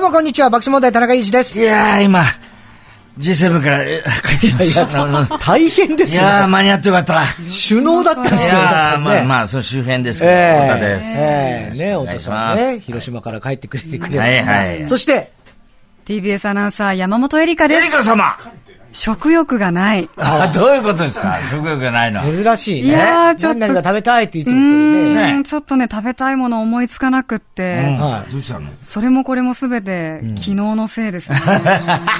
もこんにちは、爆笑問題田中裕二です。いやー、今、G7 からえ帰ってきまし た。あの大変でいすよ。やー、間に合ってよかった。首脳だったんですいよ、やー、確かにまあねまあ、その周辺ですけど、え太え田です。ええね、お父さんお願いしね、ます広島から帰ってくれてくれまはしいた。はい。そして、 TBS アナウンサー山本恵里香エでリす。カ様食欲がない。あ どういうことですか食欲がないの。珍しいね。いやーちょっと何々が食べたいっていつもう言ってるね。ーねん、ちょっとね、食べたいもの思いつかなくって、うんはいどうしたのそれもこれもすべて、昨日のせいで すね。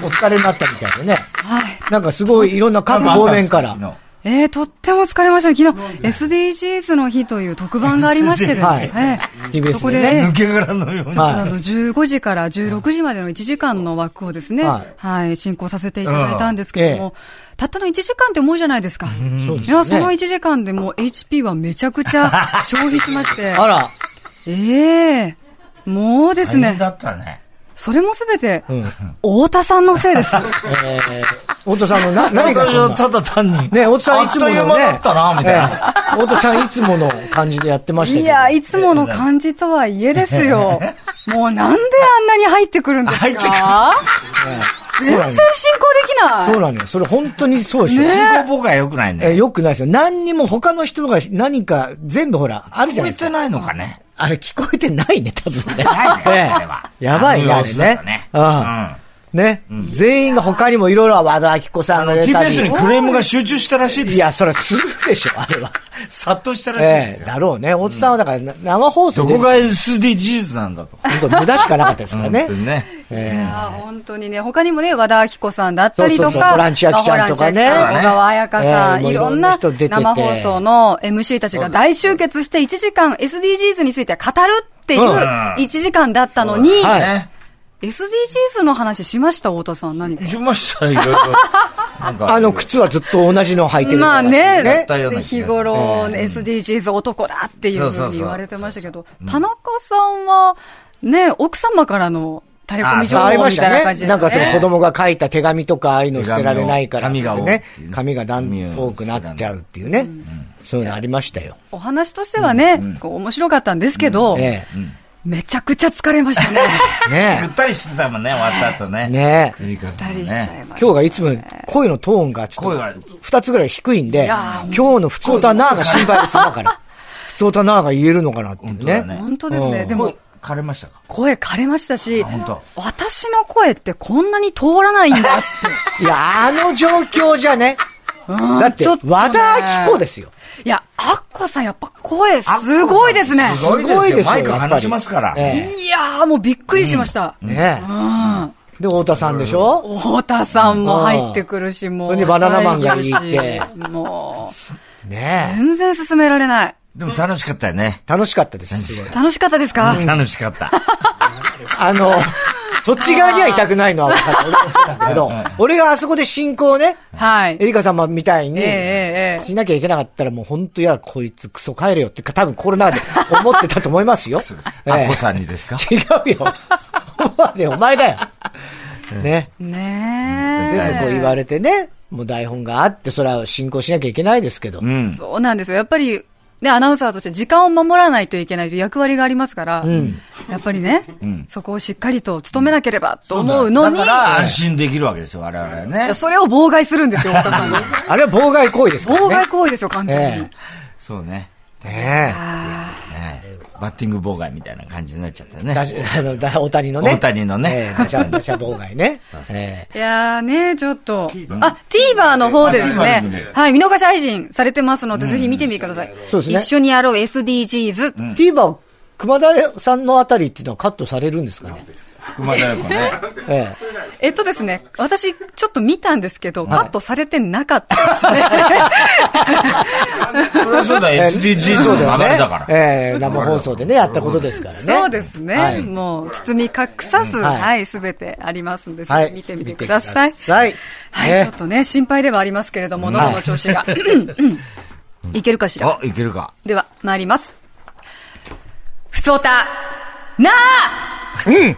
お疲れになったみたいでね。はい。なんかすごいいろんな各方面から。なんあったんですえー、とっても疲れましたね。昨日、SDGs の日という特番がありましてですね。はいええ TBS そこでで、ねか昨日抜け殻のように。あはの15時から16時までの1時間の枠をですね、ははいい、進行させていただいたんですけども、うんたったの1時間って思うじゃないですか。い。そうでいや、すそよのね。 1時間でもう HP はめちゃくちゃ消費しまして、あら、ええもうで大す変ね、だったね。それもすべて、うん。太田さんのせいです。えー、大田さんの な、何が私そんはなただ単に。ね、大田さんいつものね。あっという間だったな、みたいな。ええ。大田さんいつもの感じでやってましたけいど。や、いつもの感じとはいえですよ。もうなんであんなに入ってくるんです入ってくるかええ全然進行できない。そうなのよ。それ本当にそうですよ。ね人工僕は良くないええね。よくないですよ。何にも他の人が何か全部ほら、あるじゃな超いえですてか。ないのかね。あれ聞こえてないね、多分ね。ない ね、ええあれは。やばいね、ああの様れ子だったねね。。うんね。全員が他にもいろいろ和田明子さんがうん。出たり。 TBS にクレームが集中したらしいでいす。や、それするでしょ、あれは。殺到したらしいでええすよ。だろうね。大津さんはだから、な生放ど送で、こが SDGs なんだと。本当無駄しかなかったですから本ね当。にね。いやー本当にね、他にもね、和田アキ子さんだったりそとか、うそうそうホラン千秋ちゃんとかねまあホラン千秋さん小川彩香さえん、ーいろんないろんな人出てて生放送の MC たちが大集結して1時間 SDGs について語るっていううん1時間だったのに、はいね SDGs の話しました、太田さん、何か。しましたよ、いろいろ。なんかあの、靴はずっと同じの履いてるとまかあね。ね、たような気がす日る頃、SDGs 男だっていうふそううそうそにう言われてましたけど、田中さんは、ね、奥様からのタレコミ情まあ、あり報まみしたいなた感じね。でなんかそのね子供が書いた手紙とか、ああいうの捨てられないからって手紙をね。紙が多い紙がだん多くなっちゃうっていうね。そういうのありましたよ。お話としてはね、こう面白かったんですけど、えめちゃくちゃ疲れ ましたね。え。ねぐったりしてたもんね、終わった後ね。え。ねえ。ゆりかぐっさたんもりしちゃいね。ました。今日がいつもより声のトーンがちょっ声とが二つぐらい低いんで、いやー今日の普通歌なーが心配です、だから。普通歌なーが言えるのかなってい本う当だね。ね。本当ですね。で声も、枯れましたか声枯れましたしあ本当、私の声ってこんなに通らないんだっ いや、あの状況じゃね。て。うんだって、ちょとね和田アキ子ですよ。いや、アッコさんやっぱ声すごいですね。すごいですすごいでよ。すよマイク離しますから。えいやーもうびっくりしました。え。ねえ。うん。で、太田さんでしょ太田さんも入ってくるし、も。そうれにバナナマンがい遮るてしもう、ねえ。全然進められない。でも楽しかったよね。楽しかったです、すごい。楽しかったですか楽しかった。あの、そっち側にはいたくないのは分かる。俺もそうだけど、俺があそこで進行をね、はいエ。リカ様みたいにええええ、ええしなきゃいけなかったらもう本当いや、こいつクソ帰れよってか、多分心の中で 思ってたと思いますよ。あこさんにですかええ違うよ。お前だよ お前だよ。ね。ねえ。全部こう言われてね、もう台本があって、それは進行しなきゃいけないですけどう。ん。そうなんですよ。やっぱり、ね、アナウンサーとして時間を守らないといけないという役割がありますから、やっぱりね、そこをしっかりと務めなければと思うのだに、から安心できるわけですよ、我々はいねや。それを妨害するんですよ、太田さんが。あれは妨害行為ですからね。妨害行為ですよ、完全に。えそうね。ねあねバッティング妨害みたいな感じになっちゃったよえ。ねだ。し、 あの、だ、大谷のね。大谷のねええ、打者、打 者妨害ね。えーいやーね、ちょっと。あ、TVer の方でですあ TVer ねで、はい、見逃し配信されてますので、ぜひ見てみてください。そうですね一緒にやろう SDGs。え。TVer、熊田さんのあたりっていうのはカットされるんですかね。熊田曜子 ね。ええ。えっとですね、私、ちょっと見たんですけど、カットされてなかったですね。それはそうだ、SDGs そのう流だよねれだから。ええ、生放送でね、やったことですからね。そうですね。はいもう、包み隠さず、うんはいはい、すべ、てありますんで、はい。見てみてください。見てくだはい。はい、ちょっとね、心配ではありますけれども、はい喉の調 子が。うんいけるかしら。あ、いけるか。では、参ります。ふつおた、なうん。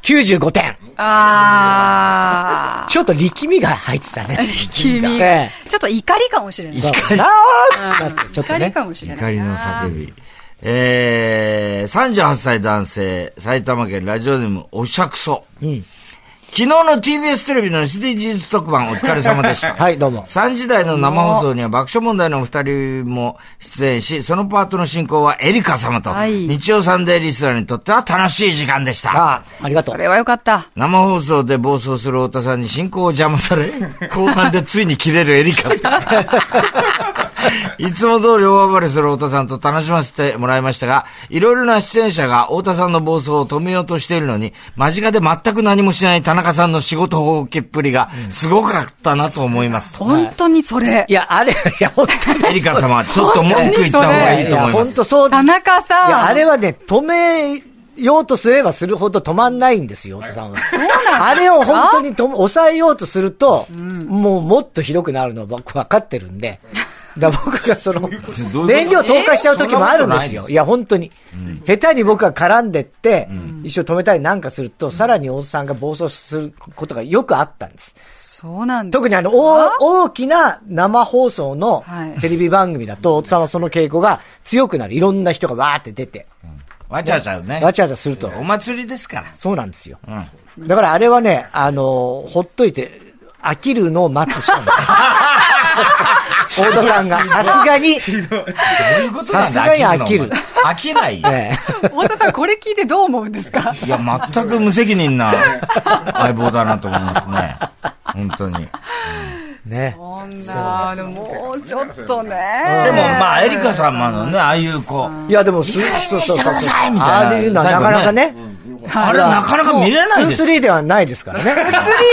95点。ああちょっと力みが入ってたね。ー、君、えちょっと怒りかもしれない。そうなーってなって、ちょっと怒りね。かもしれない。怒りの叫び。えー、38歳男性、埼玉県ラジオネームおしゃくそ。うん。昨日の TBS テレビの SDGs 特番お疲れ様でし た。はい、どうも。 3時台の生放送には爆笑問題のお二人も出演し、そのパートの進行はエリカ様と、はい日曜サンデーリスナーにとっては楽しい時間でした。ああ、ありがと。そうれはよかった。生放送で暴走する太田さんに進行を邪魔 され、後半でついに切れるエリカ さん。いつも通り大暴れする太田さんと楽しませてもらいましたが、いろいろな出演者が太田さんの暴走を止めようとしているのに、間近で全く何もしない田中さんの仕事放棄っぷりがすごかったなと思 います。本当にそれい。や、あれ、いや、本 当に。エリカ様、ちょっと文句言った方がいいと思いま本す。当そう。い田中さん。や、あれはね、止めようとすればするほど止まんないんですよ、太田さんは。あれを本当にと抑えようとすると、もうもっとひどくなるのは僕分かってるんで。だから僕がそのどういうこと、燃料投下しちゃう時もあるんですえそんなことないでよ。すいや、本当に。下手に僕が絡んでって、一生止めたりなんかすると、さらに大津さんが暴走することがよくあったんです。そうなんだ。特にあの、あお大きな生放送のはいテレビ番組だと、おつさんはその傾向が強くなる。いろんな人がわーって出て、わちゃわちゃね。わちゃわちゃすると。お祭りですから。そうなんですよ。だからあれはね、あの、ほっといて、飽きるのを待つしか ない。大田さん が、さすがに、どういうことなんださすがに飽きる。飽きない よ。ええ太田さん、これ聞いてどう思うんですかいや、全く無責任 な相棒だなと思いますね。本当に。ね。そんな、でももうちょっとね。ででも、まあ、エリカ様のね、ああいう子。いや、でも、すそうそうそうそう。ああいうのはなかなかね、あれ、なかなか見れないです。 2-3ではないですからね。 3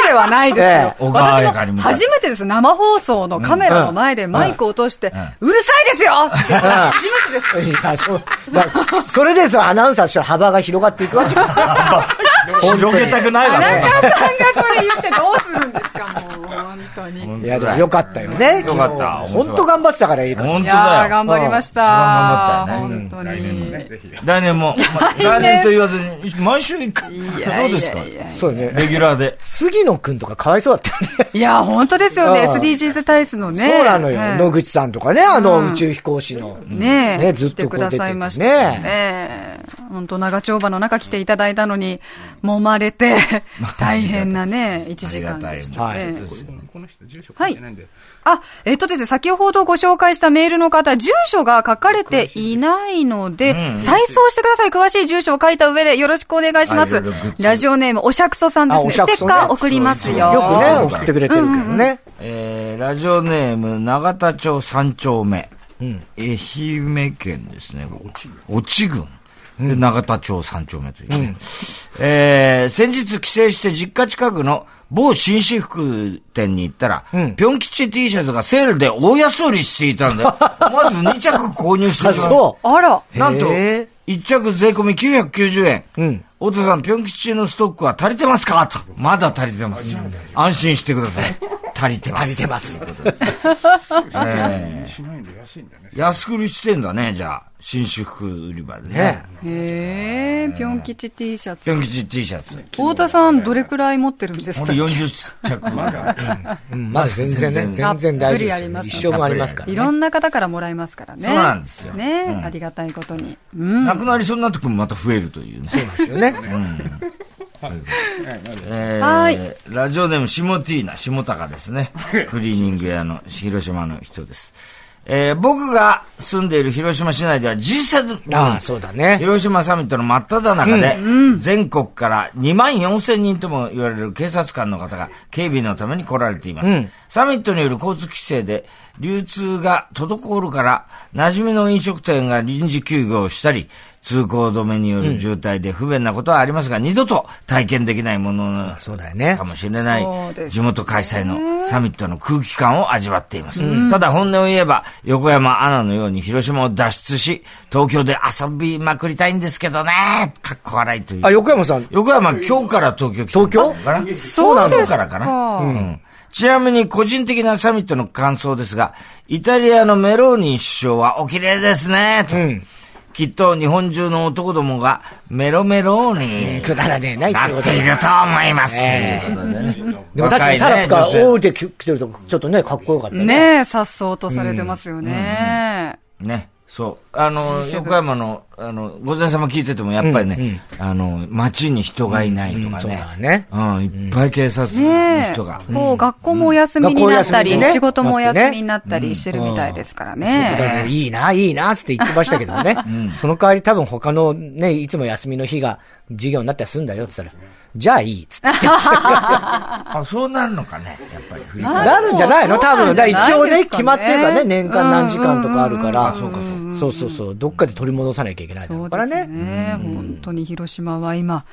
ではないですよえ。え小川私彩も佳に向かって初めてです。生放送のカメラの前でマイクを落として、うるさいですよって言ったの初めてです。 いや、そう、だからそれでそのアナウンサーとしては幅が広がっていくわけ ですよ。広げたくない田わ、それ。中さんがそれ言ってどうするんですか、もう、本当に。いや、でもよかったよね。よかった本当頑張ってたから、エリカさん。本い当やー、だ頑よ。張りました。一番頑張ったよね本当に。来年も。年来年と言わずに、毎週一回。いやどうですかいやいやそうね。レギュラーで。杉野くんとかかわいそうだったよね。いやー、本当ですよね。うん SDGs 体質のね。そうなのよ。はい野口さんとかね、あの宇宙飛行士の。ねえ、ねずっと来てこくう出だてさていましたね。ね。ええ本当長丁場の中来ていただいたのに、揉まれ て、大変なね、1時間でした。ありがたいええこの人住所書はいいてないんで、あ、えっとですね、先ほどご紹介したメールの方、住所が書かれていないので、再送してください。詳しい住所を書いた上でよろしくお願いしまあすいろいろグッ。ズラジオネーム、おしゃくそさんですあね。おしスゃテくッそねカー送りますよ。よくね、あー送ってくれてるけどね。えー、ラジオネーム、永田町三丁目。うん愛媛県ですね。落ち郡。で、永田町三丁目という、ねえー、先日帰省して実家近くの某紳士服店に行ったら、ぴょん吉 T シャツがセールで大安売りしていたん で、まず2着購入してあ、しまいましたそあら。なんと、へ1着税込み990円。ん太田さん、ピョン吉のストックは足りてますかと。まだ足りてます。安心してく ださい。足りてます。足りてますということですね えしないんで安いんだよね。え安売りしてんだね、じゃあ。新宿売り場う。でねね。へえ、ぴょん吉 T シャピョツ。ン吉 T シャツ。太田さん、どれくらい持ってるんですか俺40着。まだ。うんまだ全然ね、全然大丈夫ですたっぷりありまよ。すね一生分ありますからいね。ろんな方からもらえますからね。そうなんですよね、ありがたいことに。うん。なくなりそうになってくるまた増えるというね。ですよね。えーはいラジオネーム、シモティーナ、下高ですね。クリーニング屋の広島の人です。えー僕が住んでいる広島市内では G7、ああ、そうだね。広島サミットの真っ只中で、全国から2万4千人とも言われる警察官の方が警備のために来られています。サミットによる交通規制で流通が滞るから、馴染みの飲食店が臨時休業したり、通行止めによる渋滞で不便なことはありますが、二度と体験できないもののそうだよねかもしれなそうですいね地元開催のサミットの空気感を味わっています。ただ本音を言えば、横山アナのように広島を脱出し、東京で遊びまくりたいんですけどね、かっこ笑いという。あ、横山さん、横山、今日から東京来東京たのかなそうですかからかな。うんちなみに個人的なサミットの感想ですが、イタリアのメローニ首相はお綺麗ですね、と。きっと日本中の男どもがメロメローにくだらねえな、なってこっとていで。ると思います。えということでねでも確かにタ若いラねプから女性大手来てるとこ、ちょっとね、かっこよかったね。ねえ、さっそうとされてますよね。ね。そう。あの、 G7 横山の、あの、御前様聞いてても、やっぱりね、あの、街に人がいないとかそうねだ。ね。うん、いっぱい警察ねのえ人が。こう学校もお休みになったり、学校お休みね仕事もお休みになったりしてるみたいですからだかね。らいいな、いいな、つって言ってましたけ どね。その代わり多分他のね、いつも休みの日が授業になったりするんだよって言ったら、じゃあいい、つって。あ、そうなるのかね、やっぱり振り返る。なるんじゃないの多分。だから一応ね、そうなんじゃないですかね決まってるからね、年間何時間とかあるから。そうかそうそうそうそう。どっかで取り戻さなきゃいけないだろそううかでらね。すね。本当に広島は今、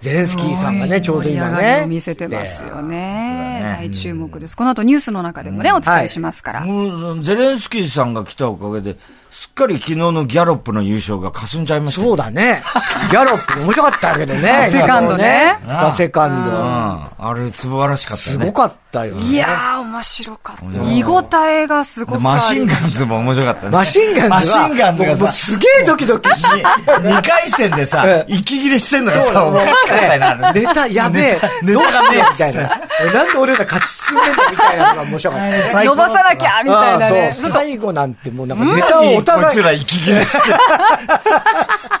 ゼレンスキーさんがね、ちょうど今盛り上がりね。を見せてますよねそう。だね大注目です。この後ニュースの中でもね、お伝えしますから。もう、ゼレンスキーさんが来たおかげで、すっかり昨日のギャロップの優勝が霞んじゃいましたよ。そうだね。ギャロップ面白かったけどね。ザセカンドねザセカンうド。ん。あれ、素晴らしかったね。すごかったよね。いやー、面白かった。見応えがすごでくマあシりンまガすンズも面白かったね。マシンガンズマシンガンズがもうさ、すげえドキドキして。 2回戦で さ、息切れしてんのがさ、おかしかったよな、あれネタやべえ。ネどうタがしねようみたいな。えなんで俺ら勝ち進めんだみたいなのが面白かった。最高だ伸ばったさなきゃみたいなああね。そう最後なんてもうなんかネタをおこい互いつ。ら息切れしてる。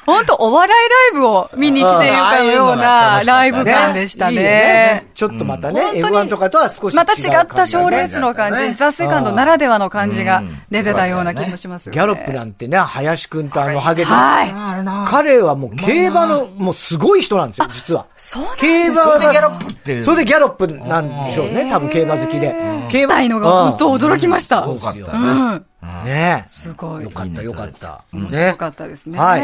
本当お笑いライブを見に来ているかのようああないうのがラ楽イしかっいたねブ感でしたいよね。。ちょっとまたね、うん F1 とかとは少し違うま感たじだね違った賞レースの感違う感じだじ、ねザ・セカンドならではの感じが出てたような気もしますよね。ギャロップなんてね、林くんとあのハゲた。はい。あれな。彼はもう競馬の、もうすごい人なんですよ、実は。そうなん競馬それがでギャロップっていう。それでギャロップなんでしょうね、多分競馬好きで。競馬たいのが本当驚きました。多かっよたね。ねすごい。よかった、よかった。面ね白かったですね。はい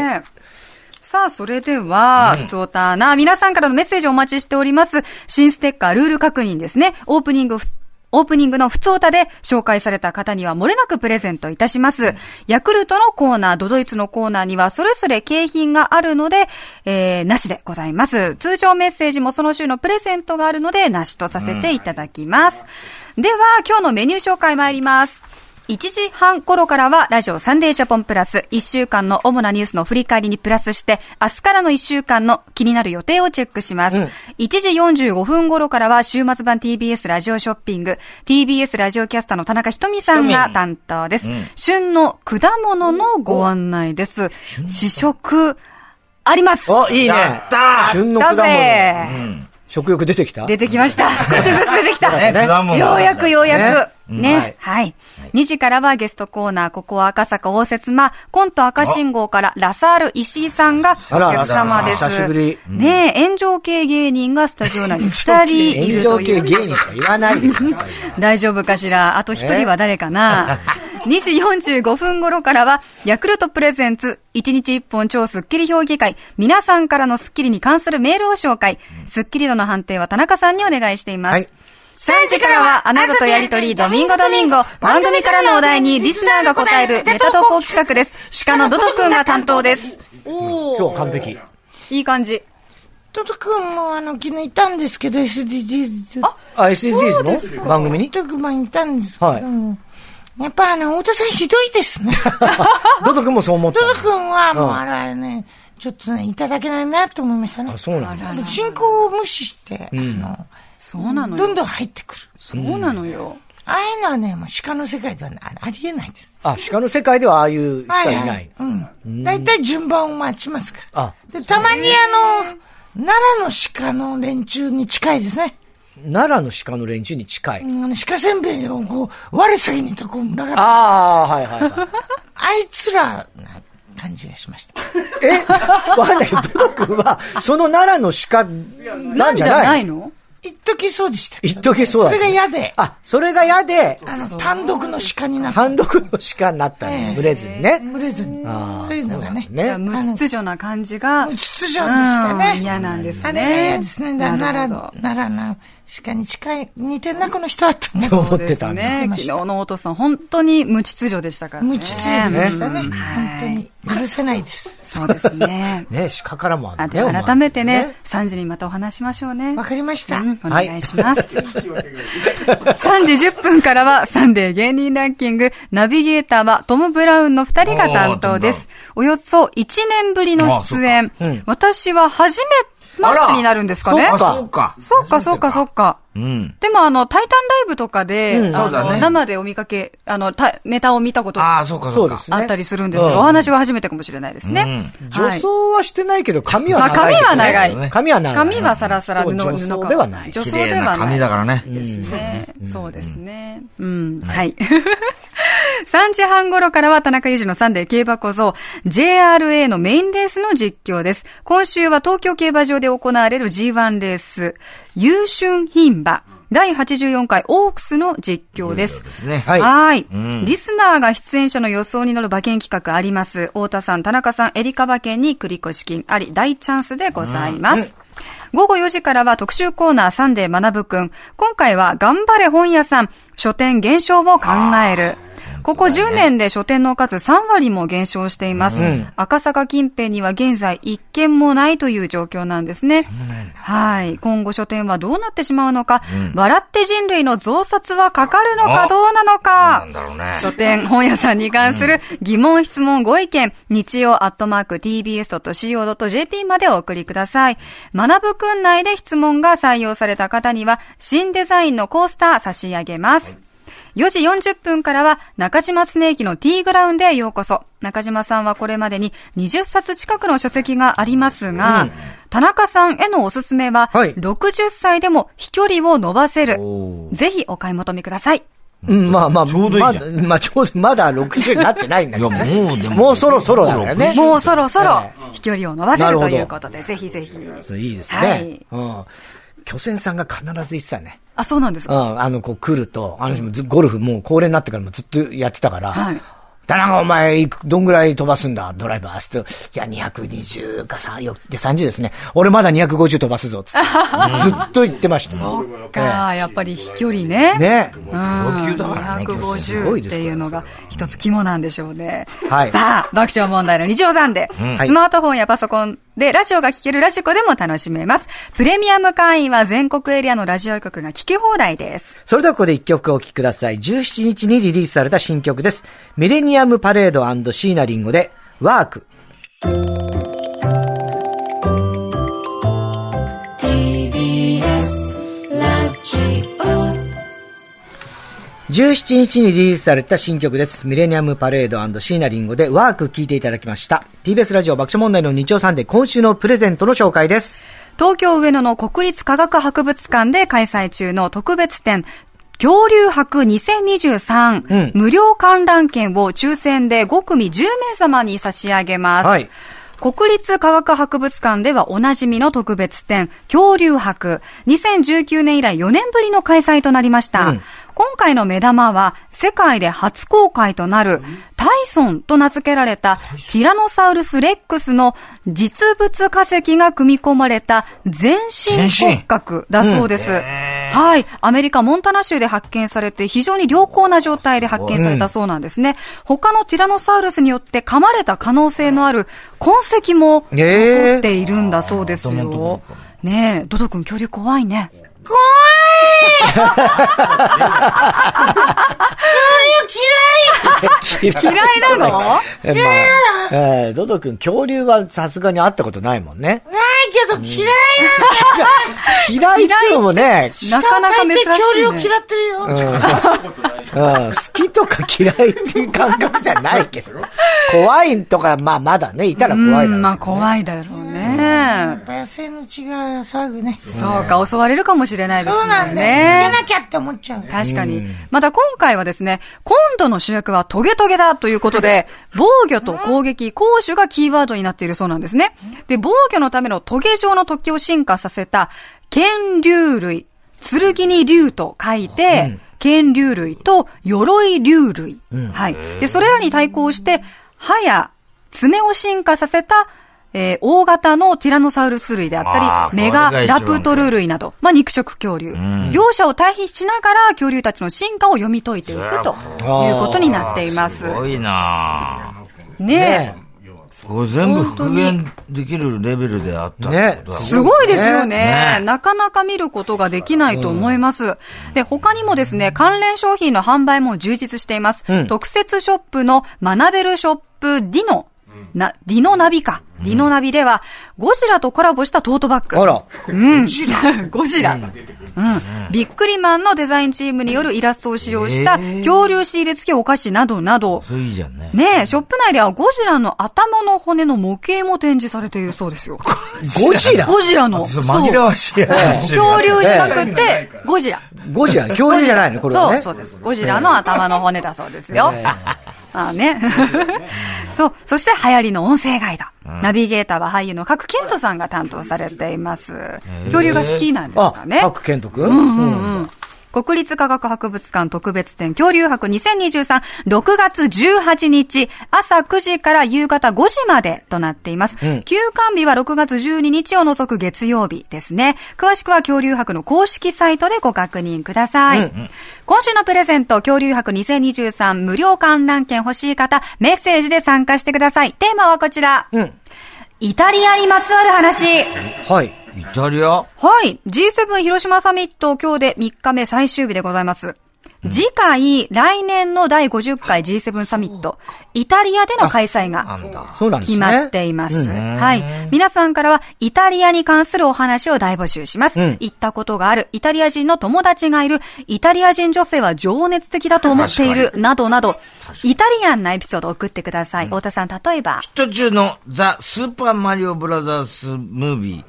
さあ、それでは、ふつおたな、皆さんからのメッセージをお待ちしております。新ステッカー、ルール確認ですね。オープニングふ、オープニングのふつおたで紹介された方には漏れなくプレゼントいたします。ヤクルトのコーナー、ドドイツのコーナーにはそれぞれ景品があるので、えー、なしでございます。通常メッセージもその週のプレゼントがあるので、なしとさせていただきます。では、今日のメニュー紹介参ります。1時半頃からはラジオサンデージャポンプラス1週間の主なニュースの振り返りにプラスして明日からの1週間の気になる予定をチェックします。1時45分頃からは週末版 TBS ラジオショッピング TBS ラジオキャスターの田中ひとみさんが担当です。旬の果物のご案内です。試食あります。お、いいね。やった旬のだ果物。ぜ、食欲出てきた出てきま した。少しずつ出てきた。ね果物ようやくようやねく。ね。うんはい、2時からはゲストコーナー、ここは赤坂応接間、コント赤信号からラサール石井さんがおあら客様です。久しぶりねえ、炎上系芸人がスタジオ内に2人 炎いる上とい系う。芸人とか言わないでください。大丈夫かしらあと一人は誰かな、?2 時45分頃からは、ヤクルトプレゼンツ、1日1本超スッキリ評議会、皆さんからのスッキリに関するメールを紹介、スッキリ度の判定は田中さんにお願いしています。はい3時からは、あなたとやりとり、ドミンゴドミンゴ。番組からのお題にリスナーが答えるネタ投稿企画です。鹿のドトくんが担当です。お今日完璧。いい感じ。トト君もあの昨日いたんですけど SDGs ああ、SDGs の番組に特番いたんですけども、やっぱあの太田さんひどいです ねドド君もそう思ったト。ト君はもううんあれはねちょっとねいただけないなと思いましたねあ、そうなんだ。もう進行を無視して、あそうなののどよん。どん入ってくるそうなのよ。ああいうのはねもう鹿の世界ではねあありえないですあ、鹿の世界ではああいう人はいない。うん。大体順番を待ちますから。あで、たまにあの、奈良の鹿の連中に近いですね。奈良の鹿の連中に近い。うんあの鹿せんべいをこう、我先にとこう群がって、あああ、はいはいはい。いつらな感じがしました。えわかんないけど、ドド君は、その奈良の鹿なんじゃなないいの一時そうでした。一時そうだそれが嫌で、ああ、それが嫌で、の、単独の鹿になった。単独の鹿になったえの。えブレずにね。群れずに。そういうのがね。いねや。無秩序な感じが。無秩序でしたねうん嫌なんですね。あれが嫌ですね。だな奈るほ良ど、奈良の鹿に近い、似てんなこの人はって思とう。思ってたんだ。そうですね。昨日のお父さん、本当に無秩序でしたからね。無秩序でしたね。うんはい本当に。許せないです。そうです 。ねね、鹿からもあるあんだでよ。お前改めてね、3時にまたお話しましょうね。わかりましうた。ん、お願いします。3時10分 からはサンデー芸人ランキング、ナビゲーターはトム・ブラウンの2人が担当です。およそ1年ぶりの出演。私は初めマスクになるんですかねあそうか。そうか、そうか、そうか。うん。でも、あの、タイタンライブとかで、うんあそうだのね生でお見かけ、あの、たネタを見たことあああ、そうか、そうそうかで。すねったりするんですけうんど、お話は初めてかもしれないですね。は女い装はしてないけど、髪はまあ、長い髪ですね、は長い。髪は長い。髪はサラサラ布、でも布女装ではない。女綺装で麗なはな髪い。だからね。ですね。そうですね。うん。はい。3時半頃からは田中裕二のサンデー競馬小僧 JRA のメインレースの実況です。今週は東京競馬場で行われる G1 レース、優春牝馬第84回オークスの実況です。ですね。はいはい、んリスナーが出演者の予想に乗る馬券企画あります。太田さん、田中さん、エリカ馬券に繰越金あり、大チャンスでございます。午後4時からは特集コーナーサンデー学ぶくん。今回は頑張れ本屋さん、書店減少を考える。ここ10年で書店の数3割も減少しています。赤坂近辺には現在一軒もないという状況なんですね。はい。今後書店はどうなってしまうのか、笑って人類の増刷はかかるのかあどうなのかな。んだろうね。書店、本屋さんに関する疑問、質問、ご意見、日曜アットマーク tbs.co.jp までお送りください。学ぶくん内で質問が採用された方には、新デザインのコースター差し上げます。4時40分からは中島常駅の T グラウンドへようこそ。中島さんはこれまでに20冊近くの書籍がありますが、田中さんへのおすすめは、はい60歳でも飛距離を伸ばせるお。ぜひお買い求めください。うん、まあまあ、ちょうどいいじゃんまあ、まあちょうど、まだ60になってないんだいけど、や、ね。もうでも。もうそろそろだからね。もうそろそろ飛距離を伸ばせなるるほとどいうことで、ぜひぜひ。いいですね。はいうん。巨船さんが必ず言ってたね。あ、そうなんですうか。ん。あの、こう来ると、あの人もずゴルフもう恒例になってからもずっとやってたから、はい田中お前いく、どんぐらい飛ばすんだ、ドライバー。つって、いや、220か3、よで30ですね。俺まだ250飛ばすぞ、つって。 ずっと言ってました。そっか、やっぱり飛距離ね。ね。うん。級だからねすごい250ですってからいうのが一つ肝なんでしょうね。はいさあ、爆笑問題の日曜なんで、はいスマートフォンやパソコンでラジオが聴けるラジコでも楽しめます。プレミアム会員は全国エリアのラジオ局が聴き放題です。それではここで一曲お聴きください。17日にリリースされた新曲です。ミレニアムパレードシーナリンゴで、ワーク。17日にリリースされた新曲です。ミレニアムパレードシーナリンゴでワーク聴いていただきました。TBS ラジオ爆笑問題の日曜サンデー今週のプレゼントの紹介です。東京上野の国立科学博物館で開催中の特別展、恐竜博2023、うん無料観覧券を抽選で5組10名様に差し上げます。はい国立科学博物館ではおなじみの特別展、恐竜博。2019年以来4年ぶりの開催となりました。うん今回の目玉は、世界で初公開となる、タイソンと名付けられた、ティラノサウルスレックスの実物化石が組み込まれた全身全身骨格だそうです。はい。アメリカ・モンタナ州で発見されて、非常に良好な状態で発見されたそうなんですね。他のティラノサウルスによって噛まれた可能性のある痕跡もええ残っているんだそうですよ。ねえ、ドド君恐竜怖いね。嫌い嫌い なの え、まあ、えー、ドド君、恐竜はさすがに会ったことないもんね。ないけど嫌い嫌いってのもね、なかなか珍しい、ね。恐竜嫌ってるよ。うん、好きとか嫌いっていう感覚じゃないけど。怖いとか、まあまだね、いたら怖いだろうけどうねん、まあ怖いだろうねやっ。ぱ野生の血が騒ぐね。そそうか、襲われるかもしれないですもうなんんだよ。ね出。なきゃって思っちゃう。確かに。また今回はですね、今度の主役はトゲトゲだというこ とで、防御と攻撃、攻守がキーワードになっているそうなんですね。で、防御のためのトゲ状の突起を進化させた、剣竜類、剣に竜と書いて、剣竜類と鎧竜類。はい。で、それらに対抗して、歯や爪を進化させた、えー大型のティラノサウルス類でああったーり、メこれがガ一番ラプトル類など、まあ、肉食恐竜。両者を対比しながら恐竜たちの進化を読み解いていくということになっていますす。ごいなねえ。これ全部復元できるレベルであったってことだもんねすごいですよねねえなかなか見ることができないと思います。で、他にもですね、関連商品の販売も充実しています。特設ショップの学べるショップディノ、な、ディノナビカ。リノナビでは、ゴジラとコラボしたトートバッグ。あら。うん。ゴジラゴジラ。うん。ビックリマンのデザインチームによるイラストを使用したえー恐竜仕入れ付きお菓子などなど、それいいじゃんね。ねえ、ショップ内ではゴジラの頭の骨の模型も展示されているそ うですよ。ゴジラゴジラの。そう紛らわしい話。恐竜じゃなくて、ゴジラ。ゴジラ恐竜じゃないのこれはね。そう、そうです。ゴジラの頭の骨だそうですよ。ええまあね。 そう。そして流行りの音声ガイド。ナビゲーターは俳優の角健人さんが担当されています。恐竜が好きなんですあか、ね。パクケント君うん国立科学博物館特別展恐竜博2023、6月18日、朝9時から夕方5時までとなっています。休館日は6月12日を除く月曜日ですね。詳しくは恐竜博の公式サイトでご確認ください。今週のプレゼント、恐竜博2023無料観覧券欲しい方、メッセージで参加してください。テーマはこちら。うんイタリアにまつわる話。はい。イタリアはい。G7 広島サミット、今日で3日目最終日でございます。次回、来年の第50回 G7 サミット、イタリアでの開催あがんだ。そうなんです決ね。まっています。うんはい。皆さんからは、イタリアに関するお話を大募集します。うん行ったことがある、イタリア人の友達がいる、イタリア人女性は情熱的だと思っている確、などなど、イタリアンなエピソードを送ってください。太田さん、例えば、途中のザ・スーパーマリオブラザースムービー。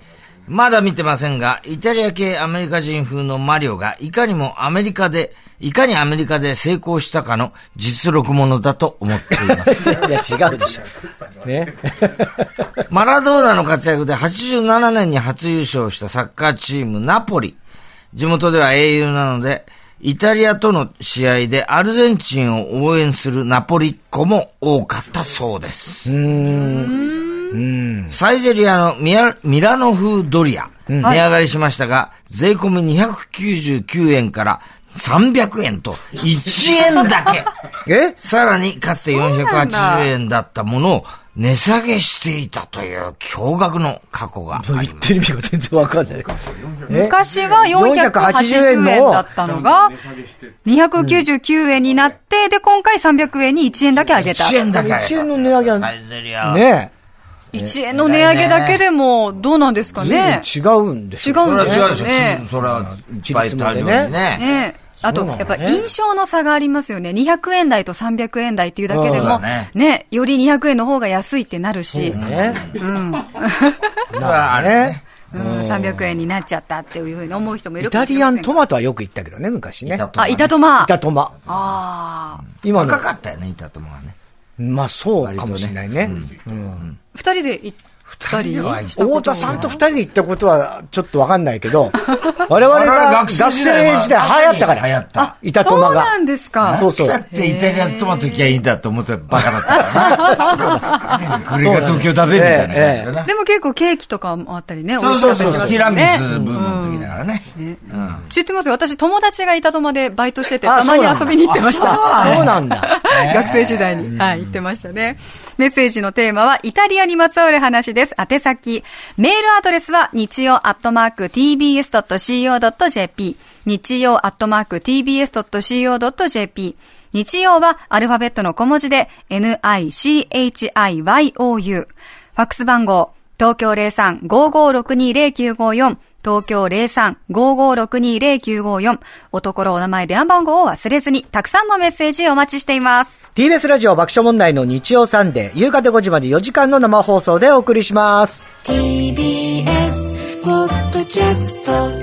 まだ見てませんが、イタリア系アメリカ人風のマリオがいかにもアメリカで、いかにアメリカで成功したかの実録ものだと思っています。いや、違うでしょ。ね。 マラドーナの活躍で87年に初優勝したサッカーチームナポリ。地元では英雄なので、イタリアとの試合でアルゼンチンを応援するナポリっ子も多かったそうです。サイゼリアのミラミラノ風ドリア、値上がりしましたが、税込み299円から300円と1円だけ。えさらに、かつて480円だったものを値下げしていたという驚愕の過去があ言りっます。てる意味が全然わかんない。昔は480 480円円だったのが、299円になって、で、今回300円に1円だけ上げた。 1円だけ。 1円の値上げはサイゼリア。ね1円の値上げだけでも、どうなんですかね。違うんです違よ。そうんれですは違うよでしょ。ね。それは、バイトあるようにね。ねあと、そうなやのっぱね印象の差がありますよね。200円台と300円台っていうだけでそうだも、ねね、より200円の方が安いってなるし、ね。うん、それはあるね。うん、300円になっちゃったっていうふうに思う人もいイるかタもしれリアませんントマトはよく言ったけどね、昔ね。あ、板トマ。イタトマ。ああ。今の高。かったよね、板友がね。まあそうかもしれないね。二人で行ったり二人は行ったしたこ太と田はさんと二人で行ったことはちょっとわかんないけ ど、我々あれがは学生時代は流行ったから。流行った。いたとまそうが。なんですか。そうそうだってイタリアントマト行きゃいいんだと思ってバカだ ったからな。これが東京食べみたいな感じだな。でも結構ケーキとかもあったりね。そうそうそう。ティラミスねブームの時だからね。知ってますよ。私、友達がいたとまでバイトしてて、あたまにそうな遊のびに行ってました。そうなんだ。 学生時代に、はい、言ってましたね。メッセージのテーマは、イタリアにまつわる話です。宛先。メールアドレスは、日曜アットマーク tbs.co.jp。日曜アットマーク tbs.co.jp。日曜は、アルファベットの小文字で、nichiou。ファックス番号、東京03-55620954、東京03-55620954、おところお名前、電話番号を忘れずに、たくさんのメッセージお待ちしています。 TBS ラジオ爆笑問題の日曜サンデー、夕方5時まで4時間の生放送でお送りします。 TBS ポッドキャスト